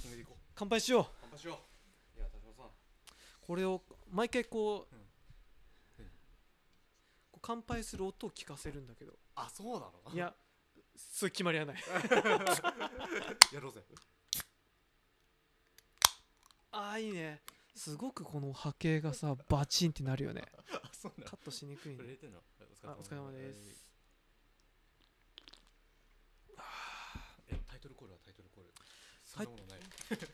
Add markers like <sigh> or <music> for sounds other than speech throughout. キングでいこう乾杯しよ乾杯しよういや田島さんうこれを毎回こう,、うんうんこう乾杯する音を聞かせるんだけどあそうなのいやそういう決まりはないやろうぜああいいねすごくこの波形がさバチンってなるよねあそうなカットしにくいこれ入れねてんのおあお疲れ様ですえタイトルコールはタイトルコールそんなものない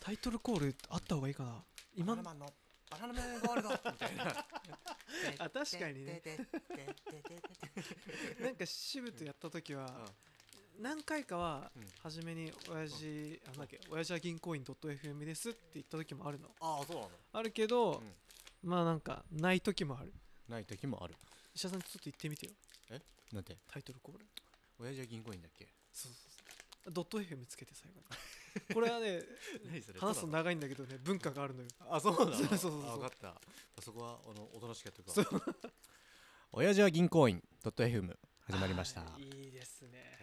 タイトルコールあった方がいいかな今バナナマンのバナナマンゴールドみたいなあ確かにねなんか支部とやった時は何回かはうん初めに親父あなんだっけ親父は銀行員 .fm ですって言った時もあるのああそうなのあるけど、うんまあなんかない時もあるない時もある石田さんちょっと言ってみてよえなんてタイトルコール親父は銀行員だっけそうそうそうドット FM つけて最後にこれはね何そ話すとな長いんだけどね文化があるのよあそうなのそうそうそうそうあ分かったあそこはあのおとなしくやってそくから <laughs> 親父は銀行員 .fm 始まりましたあいいですね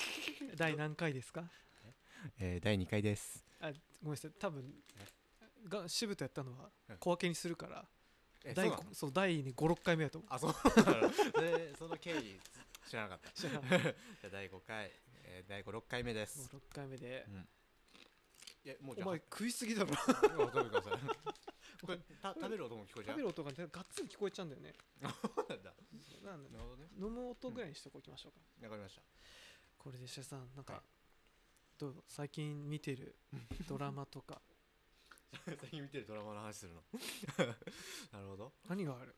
<laughs> 第何回ですかえー第2回ですあごめんなさい多分が渋とやったのはうん小分けにするから、え第そう第56回目だと <laughs> 思うあそうなの <laughs> でその経緯知らなかった知らな <laughs> いじゃあ第5回、えー、第56回目です、 56回目で、うん、いやもうじおゃあ前食いすぎだろもう <laughs> 食べてくださいこれた食べる音も聞こえちゃ食うべる音がねガッツリ聞こえちゃうんだよねそうなんだなんだなるほどね飲む音ぐらいにしておきましょうか、わかりました <laughs> これで石田さんなんか、はいどう最近見て <laughs> るドラマとか最近見てるドラマの話するの <laughs> なるほど何がある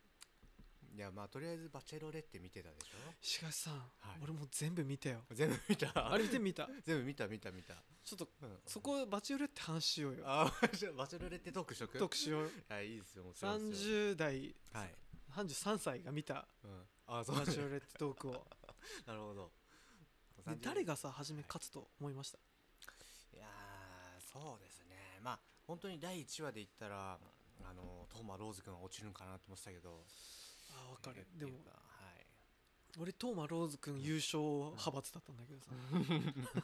いやまあとりあえず「バチェロレッテ」見てたでしょ石川さん、はい俺もう全部見たよ全部見たあれ見て見 <laughs> た全部見た見た見た、ちょっとうん、そこバチェロレって話しようよあ <laughs> じゃあバチェロレッテトークしとく特集をはいいいですよもちろんですよ30代はい、 33歳が見たうん、あそうバチェねロレットトー <laughs> クをなるほどで30誰がさ初め勝つと思いました、いやーそうですねまあ本当に第1話で言ったらあのトーマローズ君は落ちるんかなと思ってたけどああ分かるってでいうもかはい俺トーマローズ君優勝派閥だったんだけどさ、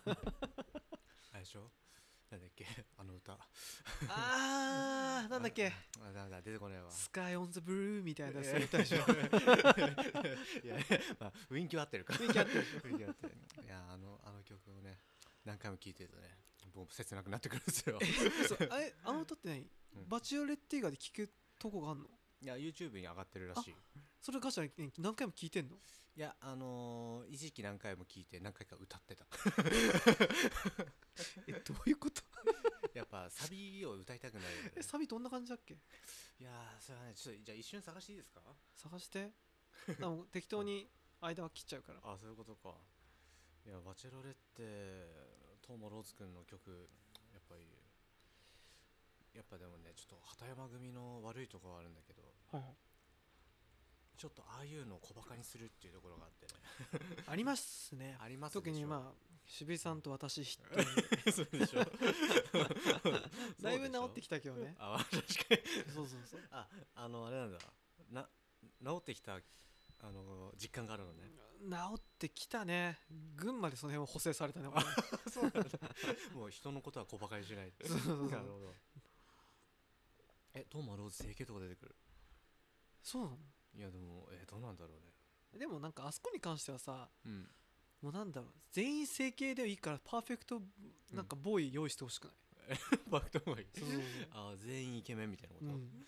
あれでしょなんだっけ <laughs> あの歌 <laughs> あーなんだっけあなんだ出てこないわスカイオンズブルーみたい <laughs> なそういう歌でしょいや、まあ、雰囲気は合ってるか雰囲気合ってる雰囲気合ってるいやあのあの曲をね何回も聴いてるとねもう切なくなってくるんですよそうあれあの歌って何、うんバチュアレッティガで聴くとこがあんのいや YouTube に上がってるらしいそれガチャに何回も聴いて <laughs> んのいやあのー、一時期何回も聴いて何回か歌ってたえどういうことやっぱサビを歌いたくないよね <laughs> えサビどんな感じだっけいやーそれはねちょっとじゃあ一瞬探していいですか探 <laughs> してでも適当に間は切っちゃうからあそういうことかいやバチェロレってトーマローズ君の曲やっぱりやっぱでもねちょっと畑山組の悪いところはあるんだけどはいはいちょっとああいうのを小バカにするっていうところがあってねありますねあります特にあまあ渋井さんと私 <laughs> ひ <laughs> そうでしょ <laughs> だいぶ治ってききたけどねあ確かに <laughs> そうそうそうああのあれなんだな治ってきたあの実感があるのね治ってきたね群馬でその辺を補正されたね <laughs> 俺そうなんだもう人のことは小バカにしないそうそうそうなるほどえトーマローズ整形とか出てくるそうなのいやでもえどうなんだろうねでもなんかあそこに関してはさうんもうなんだろう全員整形でいいからパーフェクトなんかボーイ用意してほしくない、 <laughs> バックトンがいい <laughs> そうそうそうあー全員イケメンみたいなこと、うん、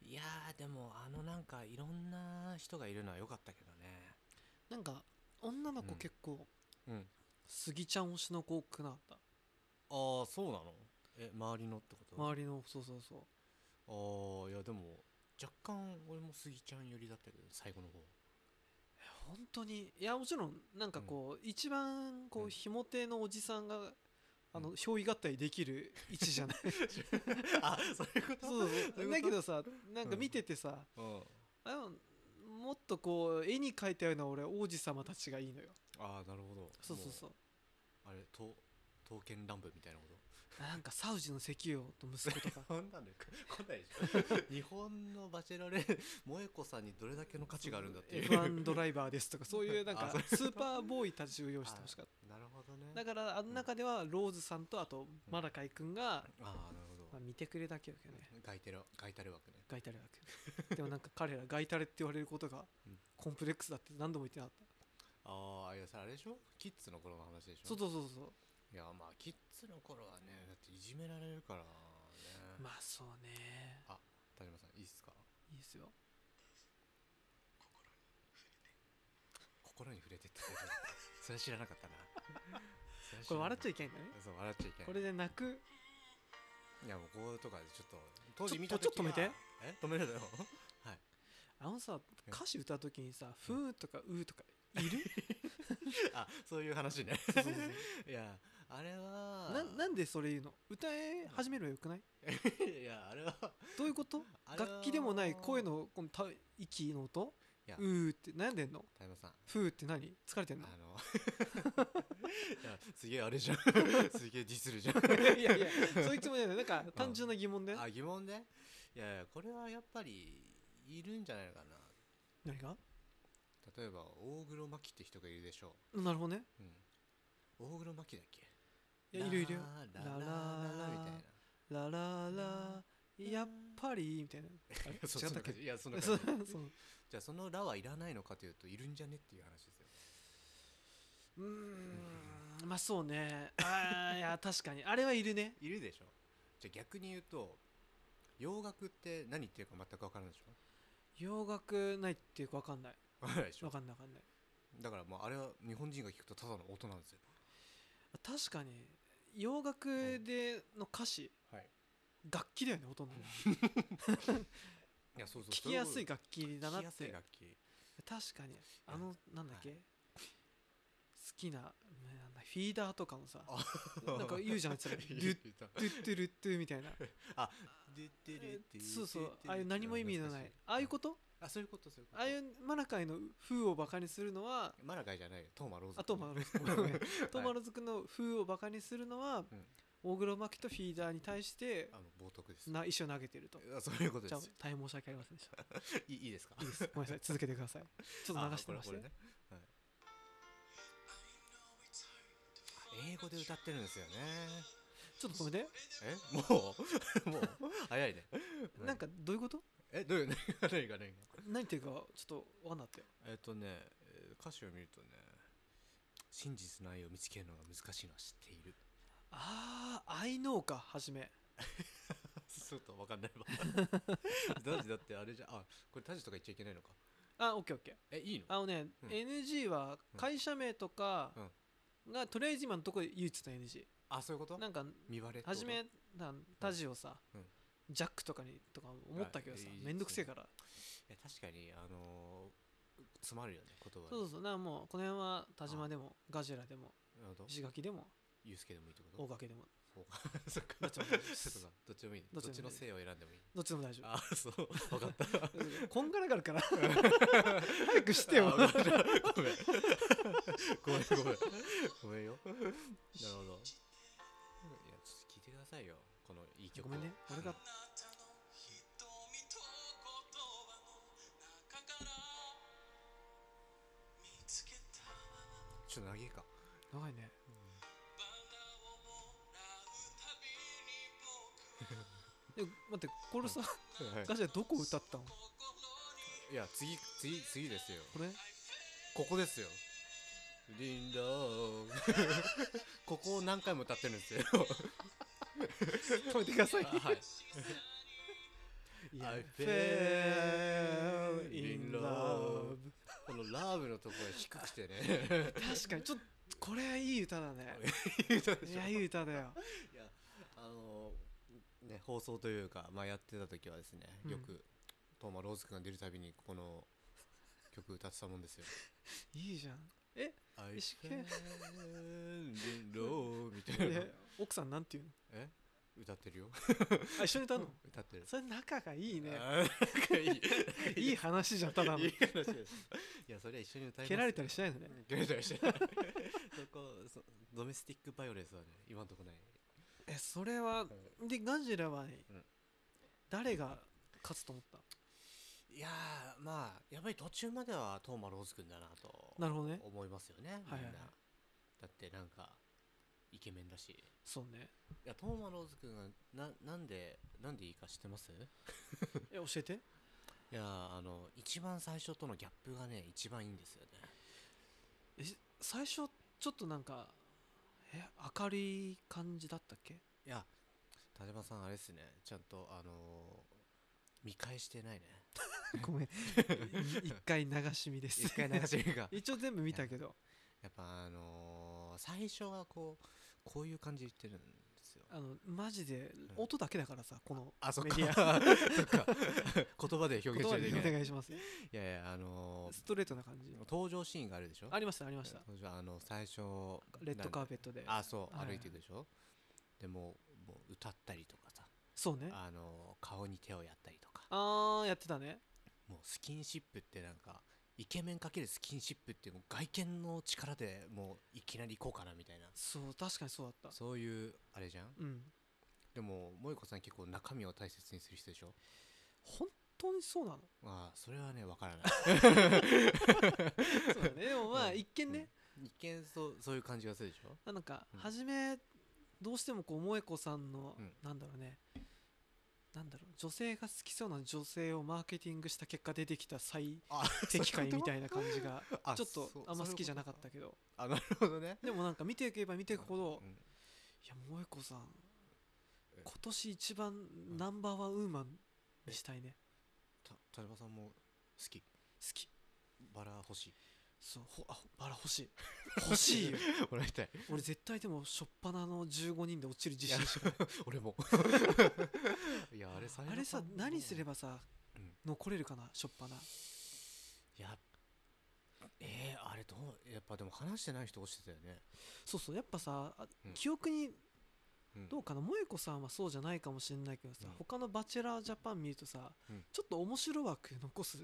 いやーでもあのなんかいろんな人がいるのは良かったけどねなんか女のう子ん結構うんスギちゃん推しの子多くなかったああそうなのえ周りのってこと周りのそうそうそうああいやでも若干俺もスギちゃん寄りだったけど最後の方本当にいやもちろんなんかこう、一番こううんひも手のおじさんが、あの憑依合体できる位置じゃない <laughs> あ <laughs> そういうこそうそうとそうだけどさなんか見ててさ、うんあでももっとこう絵に描いたような俺王子様たちがいいのよああなるほどそうそうそうもうあれと刀剣乱舞みたいなことなんかサウジの石油王の息子 <laughs> とかそんなの来来ないでし <laughs> ょ日本のバチェラレ萌子さんにどれだけの価値があるんだ <laughs> っていう F1 ドライバーですとかそういうなんあかそうスーパーボーイたちを用意してほしかっなるほどねただからあの中ではローズさんとあとマラカイ君が、ああなるほどまあ、見てくれだけやけどね書いてる書いてあるわけねガイタレだけ <laughs> どでもなんか彼らガイタレって言われることがうんコンプレックスだって何度も言ってなかっああいやそれあれでしょキッズの頃の話でしたょそうそうそうそういやまあキッズの頃はねだっていじめられるからねまあそうね田島さんいいっすかいいですよ心に触れてって <laughs> 言ってたそれは知らなかったなそれは知これらなか笑っちゃいいけないんだねそう笑っちゃいけないこれで泣くいやもうこうとかでちょっと当時ちょ見たちょ時っと止めてはえ止めるだよはいあのさ歌詞歌う時にさ「ふー」とか「うー」とかいる <laughs> あそういう話ね <laughs> そうそうそういやあれは <laughs> な <laughs> なんでそれ言うの歌い始めればよくないでいやあれはどういうことあれは楽器でもない声のこのた息の音「うやー」って悩んでんの田山さん「ふー」って何疲れてんのあの <laughs> いやすげえあれじゃんすげえディスるじゃ <laughs> ん <laughs> いやいやそういうつもりじゃないなんか単純な疑問であ疑問ねいやいやこれはやっぱりいるんじゃないのかな何が例えば大黒摩季って人がいるでしょなるほどねう、うん、大黒摩季だっけいやいるいるよラララララララみたいなラララやっぱりみたいなあれ <laughs> 違そそっんなたっけ感じいやそんなそ感うじそうじゃあその「ら」はいらないのかというといるんじゃねっていう話ですようーんまあそうねあーいや確かにあれはいるねいるでしょじゃあ逆に言うと洋楽って何言ってるか全く分からないでしょ洋楽ないっていうか分かんない分からないでし分ょかんない分かんないだからもうあれは日本人が聞くとただの音なんですよ確かに洋楽での歌詞はい楽器だよねほとんどいやそうそう聴きやすい楽楽器だな聞っきやすてい楽器確かにあのなんだっけ好きななんだフィーダーとかもさあなんか言うじゃんあいつらドゥッドゥッドゥルッドゥみたいなあドゥッドゥルッドゥそうそドゥうッドゥルッドゥああいう何も意味のな懐いかしああいうことあそういうことそういうことああいうマラカイの風をバカにするのはマラカイじゃないよトーマローズあトーマロズ君 <laughs> ごめんトーマロズ君の風をバカにするのは、うん大黒摩季とフィーダーに対してあの冒涜ですな石を投げてるとあそういうことじでゃあすよ大変申し訳ありません <laughs> でしたいいいいですかいいですごめんなさい続けてくださいちょっと流してまあこしたれこれねはいあ英語で歌ってるんですよねちょっと止めて <laughs> えもうもう早い <laughs> ねなんかどういうことえどう <laughs> いう何が何が何が何言ってるかちょっと分かんなかったよえっとねえー歌詞を見るとね真実の愛を見つけるのが難しいのは知っているああ I know かはじめ <laughs> ちょっと分かんない <laughs> わだってだってあれじゃあこれタジとか言っちゃいけないのかあオッケーオッケーえいいのあのね、うん NG は会社名とかが、とりあえず今のところ唯一の NG あそういうことなんか見割れってこと初めなんタジをさ、うんジャックとかにとか思ったけどさあいいめんどくせえからいや確かにあのー詰まるよね言葉そうそうそそうなんかもうこの辺は田島でもガジェラでもうなるほど石垣でもユうスケでもいいってこと大掛けでもそう <laughs> かそっかどっちも大丈そっ夫でかすそっかどっちでもいいねどどっっちでもいいちの性を選んでもいいどっちでも大丈あそう分かった夫 <laughs> こんがらがるから <laughs> 早くしてよあわかったごめんごめんごめんごめんよなるほどいやちょっと聞いてくださいよこのいい曲ごめんね俺がちょっと長いか長いねえ待ってこれさガジェラどこ歌ったのこいや次次次ですよ <laughs> れここですよリンダー <laughs> ここを何回も歌ってるんで <laughs> すよ止めてくださあいはい I fell fell in in love love このラーブのとこが低くて <laughs> ね確かにちょっとこれはいい歌だねいやいい歌だよあのね放送というか、まあ、やってた時はですね、うんよくトーマローズ君が出るたびにこの曲歌ってたもんですよいいじゃんえ「I 一緒 <laughs> fell in love」みたいいやな奥さんなんて言うのえ歌ってるよあ一緒に歌うの歌ってるそれ仲がいいねあーなんかいいいい話じゃんただのいい話ですいやそれは一緒に歌います蹴られたりしな <laughs> いのね蹴られたりしてないそこそドメスティックバイオレンスはね今んとこないえそれはでガンジラは、ん誰が勝つと思ったいやーまあやっぱり途中まではトーマローズくんだなとなるほどね思いますよねみんな、はいはいはいだってなんかイケメンだしいそうねやトーマローズくんがななんでなんでいいか知ってますえ教えていやーあの一番最初とのギャップがね一番いいんですよねえ最初ちょっとなんかえ明るい感じだったっけいや田島さんあれですねちゃんとあのー見返して <laughs> ないねご <laughs> めんい一回流し見です一回流し見が一応全部見たけどやっぱあのー最初はこうこういう感じで言ってるんですよあのマジでうん音だけだからさこのあそっかメそデっィ <laughs> か言葉で表現し <laughs> 言ちゃ葉いけでないお願いしますいやいやあのーストレートな感じ登場シーンがあるでしょありましたありました登場あの最初レッドカーペペットであそうはい歩いていくでしょ、でもうもう歌ったりとかさそうねあのー顔に手をやったりとかあーやってたねもうスキンシップってなんかイケメンかけるスキンシップってもう外見の力でもういきなり行こうかなみたいなそう確かにそうだったそういうあれじゃんうんでも萌子さん結構中身を大切にする人でしょ本当にそうな <laughs> のまあそれはねわからないそうだねでもまあうん一見ね、一見そうそういう感じがするでしょなんかうん初めどうしてもこう萌子さんの、うんなんだろうねなんだろう女性が好きそうな女性をマーケティングした結果出てきた最あ <laughs> 適解みたいいな感じがあちょっとそうあんま好きじゃそういうこなかとったけどあなるほどねでもなんか見ていけば見ていくほどういんや萌子さんえ今年一番ナンバーワンウーマンにしたいねた田島さんも好き好きバラ欲 <laughs> しいそうほあほバラ欲しい <laughs> 欲しい <laughs> よもらいたい俺絶対でも初っ端の15人で落ちる自信しかない俺 <laughs> もいやあれあれさ何すればばさ、うん残れるかな初っ端やっえー、あれどうやっぱでも話してない人落ちてたよねそうそうやっぱさ、あうん記憶にうんどうかな萌子さんはそうじゃないかもしれないけどさ、うん他の「バチェラージャパン」見るとさ、うんちょっと面白枠残す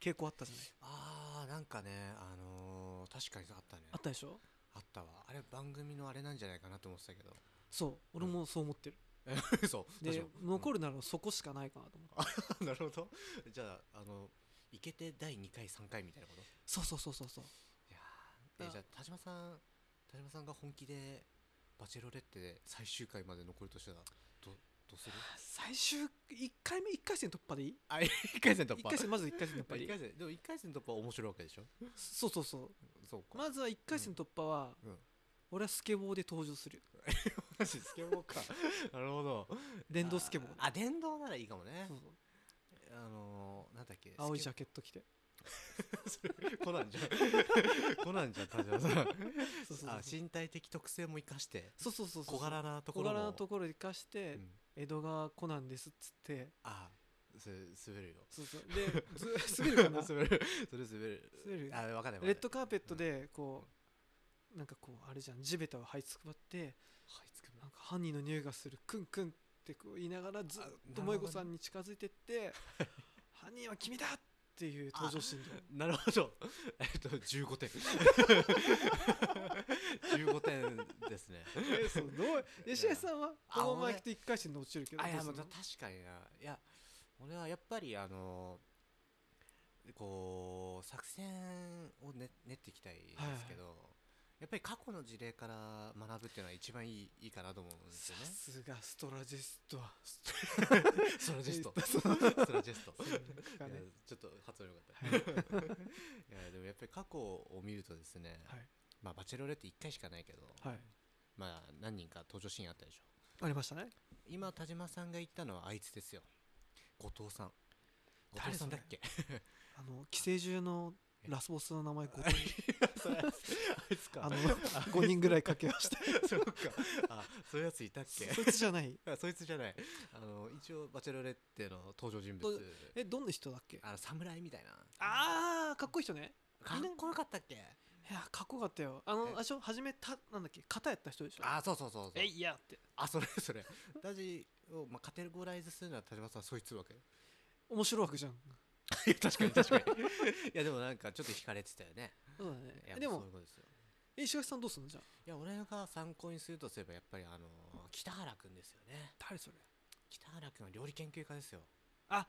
傾向あったじゃないあーなんかねあのー、確かにあったねあったでしょあったわあれ番組のあれなんじゃないかなと思ってたけ <laughs> どそう俺もそう思ってる、 <laughs> そうでる残るならそこしかないかなと思って、なるほどじゃああのいけて第2回3回みたいなことそうそうそうそうそういやーえあじゃあ田島さん田島さんが本気で「バチェロレッテ」で最終回まで残るとしたらどどう <laughs> する最終1回目1回戦突破でいいあ1回戦突1回戦まず1回戦突ま破あでい一い回戦でも1回戦突破は面白いわけでしょそうそうそうそうか、まずは1回戦突破は、うん俺はスケボーで登場するよマジ <laughs> スケボー <laughs> かなるほど電動スケボーあーあ電動ならいいかもねそうそうあのー、なんだっけ青いジスャケット着てケ <laughs> コナンじゃんコナンじゃん <laughs> 田島さんそうそうそうあ身体的特性も生かしてそうそうそうそう小柄なとこ小ろも柄なところ生かうしてん「江戸川コナンです」っつってあーす滑るよそ <laughs> うそうでず滑るかな滑滑るそれ滑るるあ分かんないわかんないレッドカーペットでこうなんかこうあれじゃん地べたを這いつくばってはいつくばなんか犯人の匂いがするクンクンってこう言いながらずっあなるほとどね萌子さんに近づいてって「犯人は君だ!」っていう登場シーンでなるほど。 <laughs> えっと、15点。15点ですね。 <laughs> えそうどう吉江さんはあこのまま俺行くと1回戦で落ちるけどあ、いどや、うもうすたんの確かにな。いや、俺はやっぱり、あのこう、作戦をね練っていきたいですけど、やっぱり過去の事例から学ぶっていうのは一番いいいいかなと思うんですさよね。すがストラジェストはストラジェスト。えストラジェスト。なんかいやねちょっと発音よかはいった。 <laughs> いや、でもやっぱり過去を見るとですね、はいまあ、バチェロレって1回しかないけど、はいまあ、何人か登場シーンあったでしょ。ありましたね今、田島さんが言ったのはあいつですよ。後藤さん。後誰藤そされんだっ <laughs> けあの寄生獣のラスボスの名前後藤それあいつ <laughs> あの5人ぐらい掛け <laughs> ましたそうか。あ、そういうやついたっけそいつじゃないあそいつじゃない。あの、一応、バチェロレっての登場人と物。えどんな人だっけあの、侍みたいな。あーかっこいい人ねかっこよかったっけいやかっこよかったよあえのあれでしょ初めたなんだっけ型やった人でしょあそうそうそうそうえいやってあそれそれダジを、まあ、カテゴライズするなら田島さんはそいつわけい面白いわけじゃんや確かに確かにいやでもなんかちょっと惹かれてたよねそうだいやねでそういもうことですよえ石垣さんどうすんのじゃあいや俺が参考にするとすればやっぱりあのー北原くんですよね誰それ北原くんは料理研究家ですよあ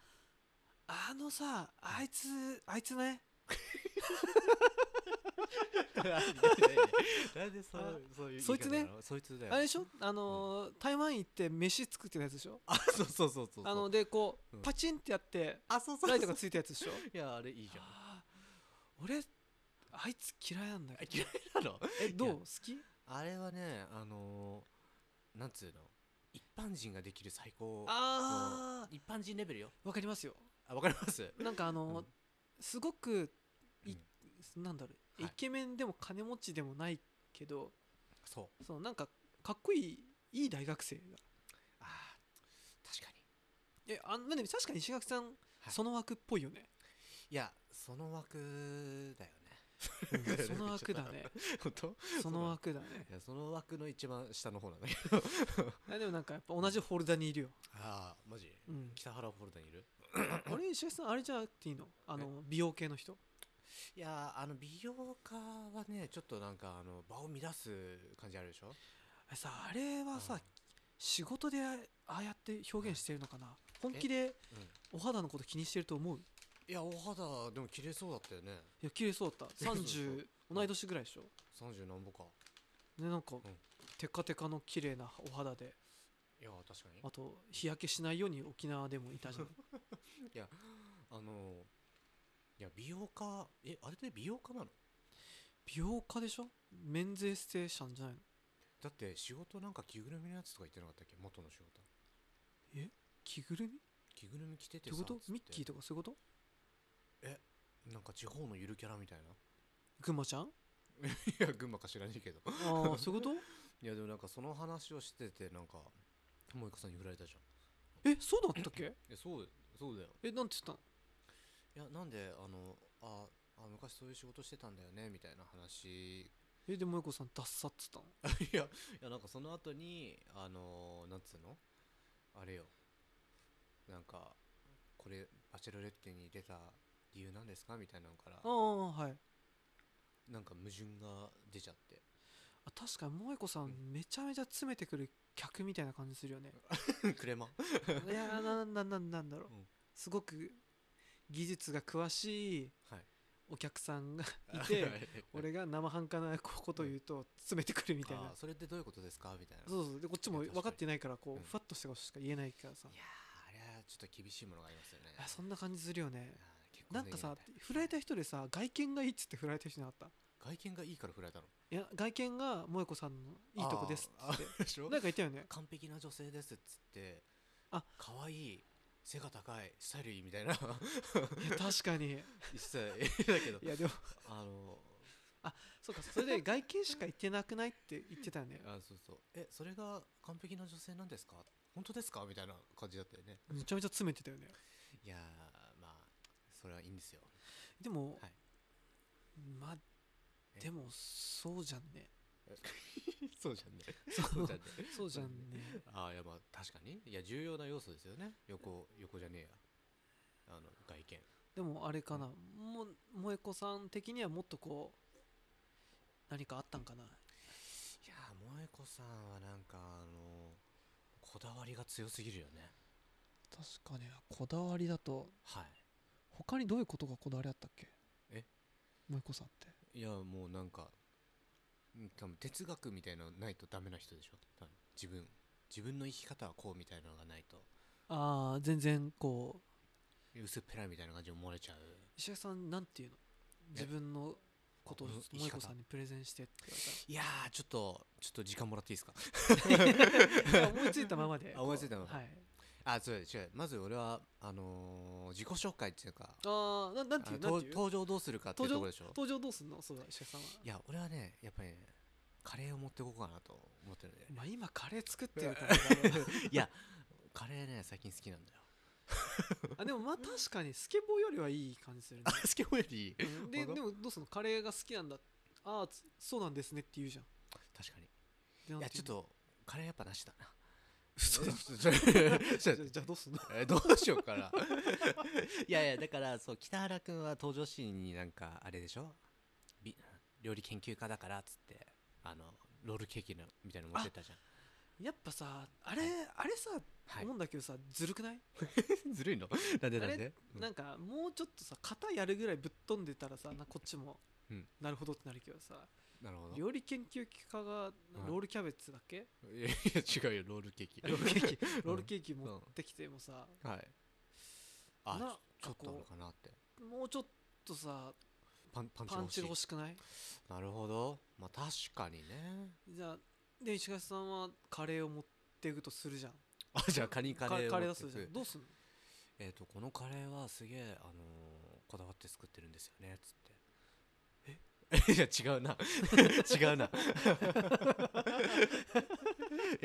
のさあいつあいつねなんでそうあそういう言い方なのそいつねそいつだよあれでしょあのー台湾行って飯作ってるやつでしょあそうそうそうそうそうあのでこううんパチンってやってあそうそうライそトうがついたやつでしょいやあれいいじゃんあー俺あいつ嫌いなんだあけど嫌いなのえどういや好きあれはねあのーなんつうの一般人ができる最高あ一般人レベルよーわかりますよあわかりますなんかあのーうんすごくいうんなんだろう、はいイケメンでも金持ちでもないけどそうそうなんかかっこいいいい大学生があー確かにえあなんでも確かに石垣さん、いその枠っぽいよね、いやその枠だよ <laughs> ねうんその枠だ <laughs> ね本当その枠だねいやその枠の一番下の方なんだけどいやでもなんかやっぱ同じフォルダにいるよ、 <laughs> ああマジうん、北原フォルダにいるああれ石垣さんあれじゃなくていいのあの美容系の人いやーあの美容家はねちょっとなんかあの場を乱す感じあるでしょあれさあれはさ、うん仕事であああやって表現してるのかな本気でうんお肌のこと気にしてると思ういやお肌でも綺麗そうだったよねいや綺麗そうだった <laughs> そうそう30同い年ぐらいでしょ30何歩かねなんか、んテカテカの綺麗なお肌でいや確かにあと日焼けしないように沖縄でもい <laughs> たじゃんあのーいや美容家えあれって美容家なの美容家でしょメンズエステーションじゃないのだって仕事なんか着ぐるみのやつとか言ってなかったっけ元の仕事着ぐるみっ着ぐるみ着てててさことつってミッキーとかそういうことなんか地方のゆるキャラみたいなぐんまちゃん <laughs> いや群馬か知らねえけどああそういうこと <laughs> いやでもなんかその話をしててなんか友彦さんに振られたじゃんえそうだったっけえそうそうだよえなんて言っいやなんであのああ昔そういう仕事してたんだよね <laughs> みたいな話たのえでもえこさんダッサっ <laughs> つったのいやいやなんかその後にあのーなんつうのあれよなんかこれバチェロレッテに出た理由なんですかみたいなのからああはいなんか矛盾が出ちゃって <laughs> あ確かに萌子さんめちゃめちゃ詰めてくる客みたいな感じする <laughs> よねクレマいやーななななんだろう、うんすごく技術が詳しいはいお客さんがい <laughs> はいて俺が生半可なことを言うと詰めてくるみたいあなーそれってどういうことですかみたいなそうそうでこっちも分かってないからこうんうふわっとしたことしか言えないからさいやーあれはちょっと厳しいものがありますよねあそんな感じするよねあー結婚なんでかきいさみたい振られた人でさ外見がいいっつって振られた人いなかった外見がいいから振られたのいや外見が萌子さんのいいとこですっつってあーでしょ <laughs> なんか言ったよ <laughs> ね完璧な女性ですっつってあ可愛い背が高いスタイルいいみた <laughs> いないや確 <laughs> かに一切だけどいやでもあのそうかそれで外見しか言ってなくないって言ってたよねあそうそうえそれが完璧な女性なんですか本当ですかみたいな感じだったよねめちゃめちゃ詰めてたよねいやーまあそれはいいんですよでも、はいまあえでもそうじゃんね <laughs> そうじゃんねそそううじゃんねそうじゃんねああいやまあ確かにいや重要な要素ですよね横横じゃねえやあの外見でもあれかな、もう萌子さん的にはもっとこう何かあったんかないやー萌子さんはなんかあのこだわりが強すぎるよね確かねこだわりだとはい他にどういうことがこだわりあったっけえ萌子さんっていやもうなんかうん多分哲学みたいなのないとダメな人でしょ多分自分自分の生き方はこうみたいなのがないとああ全然こう薄っぺらいみたいな感じに思われちゃう石垣さんなんていうの自分のことをあうん萌子さんにプレゼンしてっていやーちょっとちょっと時間もらっていいですか言われ <laughs> たらいや思いついたままであ思いついたままはいあそう違うまず俺はあのー自己紹介っていうかああななんていうあのなとんていう登場どうするかっていうところでしょ登場どうすんのそうだ石垣さんはいや俺はねやっぱりねカレーを持ってここうかなと思ってるんで <laughs> まあ今カレー作ってるからないやカレーね最近好きなんだよあでもまあ確かにスケボーよりはいい感じする <laughs> ねあスケボーよりうんでほどでもどうすんのカレーが好きなんだああつそうなんですねって言うじゃん確かにでなんいやてちょっ言うとカレーやっぱなしだな <laughs> 嘘えちょちょちょち <laughs> ょじゃじゃあどうすんのえどうしようかな <laughs> いやいやだからそう北原君は登場シーンになんかあれでしょび料理研究家だからっつってあのロールケーキのみたいなの持ってったじゃんやっぱさあれ、はあれさ、はい思うんだけどさずるくない、ずるいのなんでなんでうんなんかもうちょっとさ型やるぐらいぶっ飛んでたらさなこっちも、うんなるほどってなるけどさなるほど料理研究家がうんロールキャベツだっけ、いやいや違うよロールケーキロールケーキロールキケーキ持ってきてもさ、 <laughs> はいあなちょちょっとこあうるかなってもうちょっとさパンパンチパがン欲チしがい欲しくないなるほどまあ確かにねじゃあで石垣さんはカレーを持っていくとするじゃんあじゃあカニカレーカをレー持っ出てすくじゃんどうすんのえー、とこのカレーはすげえ、あのーこだわって作ってるんですよねつってえ <laughs> いや違うな違 <laughs> うない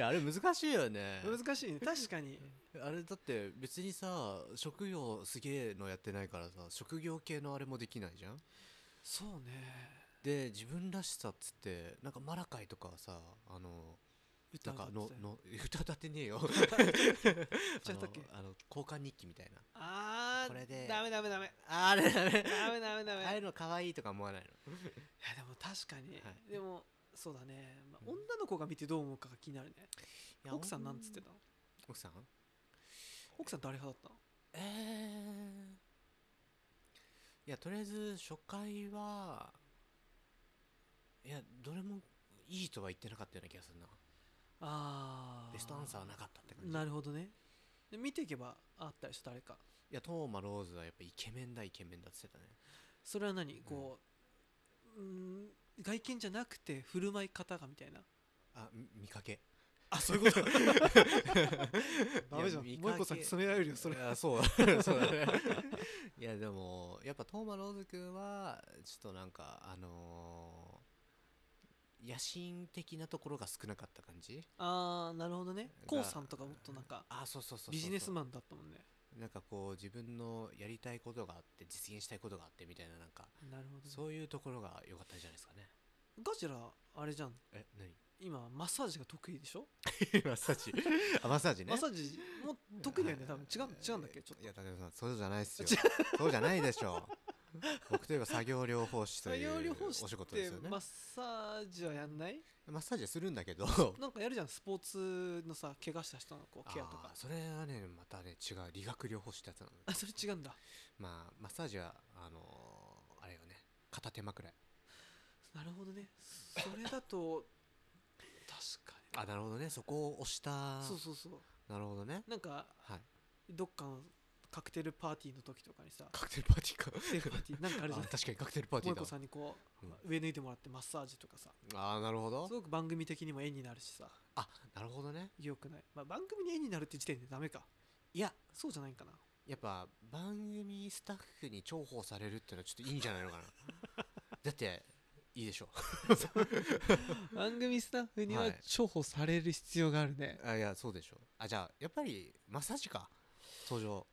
やあれ難しいよね難しいね確かにあれだって別にさ職業すげえのやってないからさ職業系のあれもできないじゃんそうねで自分らしさっつってなんかマラカイとかはさあの歌なん歌かってのの歌歌って <laughs> ねえよ <laughs> ちゃったっけあのあの交換日記みたいなあーこれでダメダメダメあれあれダメダメダメいあやあいでうの可愛いとか思わないのも確かに、はいでもそうだね、まあ、うん女の子が見てどう思うかが気になるねいや <laughs> 奥さんなんつってたの奥さん奥さん誰派だっえー、いやとりあえず初回はいやどれもいいとは言ってなかったような気がするなたのああベストアンサーはなかったって感じなるほどねで見ていけばあったでしょ誰かいやトーマローズはやっぱイケメンだイケメンだって言ってたねそれは何こう、うーん、外見じゃなくて振る舞い方がみたいなあみ見かけあそういうことダメじゃんいや見かけ萌子さんに詰められるよそれいや <laughs> そうだそうだねいやでもやっぱトーマローズ君はちょっとなんかあのー野心的なところが少なかった感じああなるほどねがこうさんとかもっとなんかあそうそうそうそうそうビジネスマンだったもんねなんかこう自分のやりたいことがあって実現したいことがあってみたいななんか、なるほどねそういうところが良かったんじゃないですかねガジラあれじゃんえ何今マッサージが得意でしょ、 <laughs> マッサージあマッサージねマッサージも得意だよね多分違うはい違うんだっけちょっいやと武田さんそうじゃないですよ違そうじゃないでしょう僕といえば作業療法士と作い業療う法士お仕っ事でてすよねマッサージはやんないマッサージはするんだけどあなんかやるじゃんスポーツのさ怪我した人のこうケアとかーそれはねまたね違う理学療法士ってやつなのあそれ違うんだまあマッサージはあのーあれよね片手枕なるほどね。それだと、確かあなるほどねそこを押したに。そうそうそう。なるほどねなんか、はいどっかのカクテルパーティーの時とかにさ、カカクテルパーティーかクテルパ <laughs> ーティーなんかあるじゃあない確かにカクテルパーティーだ萌子わさんにこう、うん上抜いてもらってマッサージとかさ、ああなるほどすごく番組的にも絵になるしさ、あなるほどねよくない。まあ番組に絵になるって時点でダメか。いやそうじゃないんかな。やっぱ番組スタッフに重宝されるってのはちょっといいんじゃないのかな <laughs> だっていいでしょ番組スタッフにははい重宝される必要があるね。あいやそうでしょあじゃあやっぱりマッサージか登場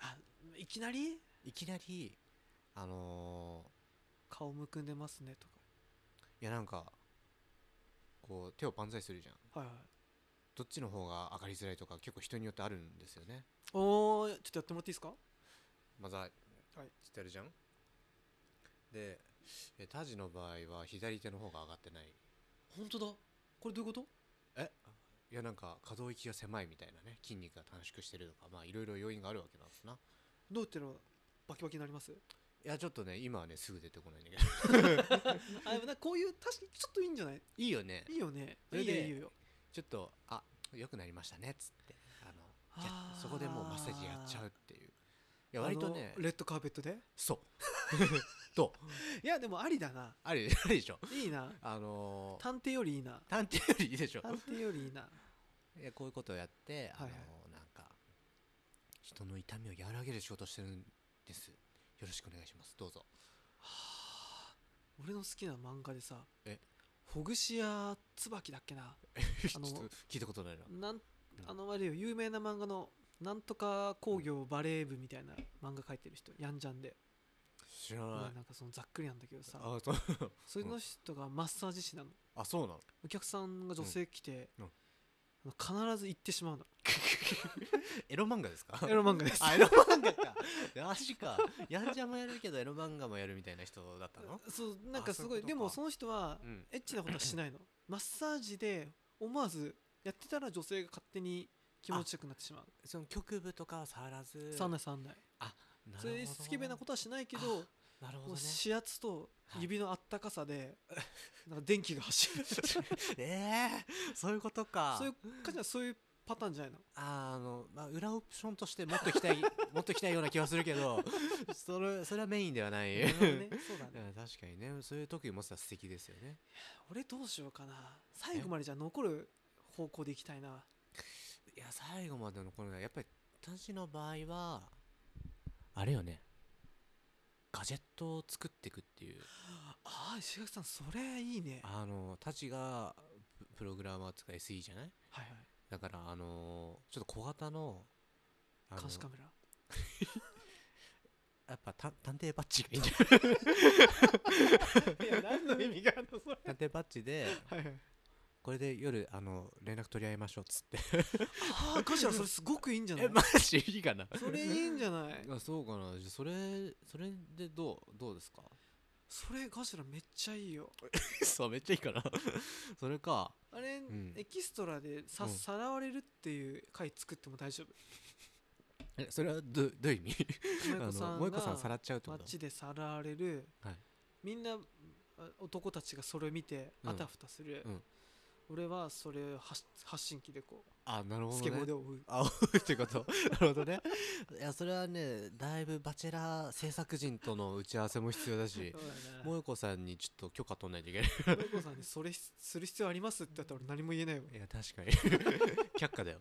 あ、いきなりいきなりあの顔むくんでますねとーいやなんかこう手を万歳するじゃんか。はいはい。どっちの方が上がりづらいとか結構人によってあるんですよねおー、ちょっとやってもらっていいですかまずはいはいしてるじゃんでえタジの場合は左手の方が上がってない本当だ。これどういうことえいやなんか可動域が狭いみたいなね筋肉が短縮してるとかまあいろいろ要因があるわけなんですなどうやってのバキバキになりますいやちょっとね今はねすぐ出てこないんだけど <laughs> あでもなんかこういう確かにちょっといいんじゃないいいよねいいよねそれいいよでいいよちょっとあ良くなりましたねっつってあのやあーそこでもうマッサージやっちゃうっていういや割とねあのレッドカーペットでそうといやでもありだなあれ <laughs> あれでしょいい <laughs> なあのー探偵よりいいな探偵よりいいでしょ探偵よりいいないやこういうことをやって、あのはいはいなんか人の痛みを和らげる仕事をしてるんですよろしくお願いしますどうぞ俺の好きな漫画でさえほぐし屋椿だっけな <laughs> ちょっと聞いたことないななんあのあれよ有名な漫画のなんとか工業バレー部みたいな漫画描いてる人やんじゃんで知らない、まあなんかそのざっくりなんだけどさあそうそれの人がマッサージ師なのあそうなのお客さんが女性来て、うんあの必ず行って <laughs> しまうのエロ漫画 <laughs> ですかエロ漫画ですあエロ漫画かマジかやんちゃもやるけどエロ漫画もやるみたいな人だったの <laughs> そうなんかあすそういうごいことでもかその人はうんエッチなことはしな <laughs> いのマッサージで思わずやってたら女性が勝手に気持ちよくなってしまうその局部とかは触らず触んない触んないなそれで好きべなことはしないけどなるほどもうね指圧と指のあったかさでなんか電気が走 <laughs> るえー、そういうことかそういう感じはそういうパターンじゃないのあーあの、まあ、裏オプションとして持っときた <laughs> い持っときたいような気はするけどそれそれはメインではない、なるほどね <laughs> そうだ <laughs> うねん確かにねそういう特技持ってたら素敵ですよね俺どうしようかな最後までじゃあ残る方向でいきたいないや最後までのこのやっぱり私の場合はあれよねガジェットを作っていくっていうああ石垣さんそれいいねはあのたちがププログラマーっていうか SE じゃないいはいだからあのちょっと小型のあの監視カメラやっぱた探偵バッ <laughs> ジがいいんじゃ <laughs> いや何の意味があるのそれない探偵バッジではいはいこれで夜あの連絡取り合いましょうっつってああガジラそれすごくいいんじゃないえマジいいかなそれいいんじゃないあそうかなじゃあそれそれでどうどうですかそれガジラめっちゃいいよそうめっちゃいいかなそれかあれ、んエキストラでさうんさらわれるっていう回作っても大丈夫えそれはどどういう意味あ萌子さのん萌子さんさらがっちゃうってこと街でさらわれる、はいみんなあ男たちがそれを見てうんあたふたする、うん俺はそれを発発信機でこあなるう、ほスどケボーねで追うあお <laughs> ってことなるほどね <laughs> いやそれはねだいぶバチェラー制作陣との打ち合わせも必要だし <laughs> そうだな萌子さんにちょっと許可取んないといけない萌子さんにそれし <laughs> する <laughs> 必要ありますって言ったら俺何も言えないわいや確かに却下だよ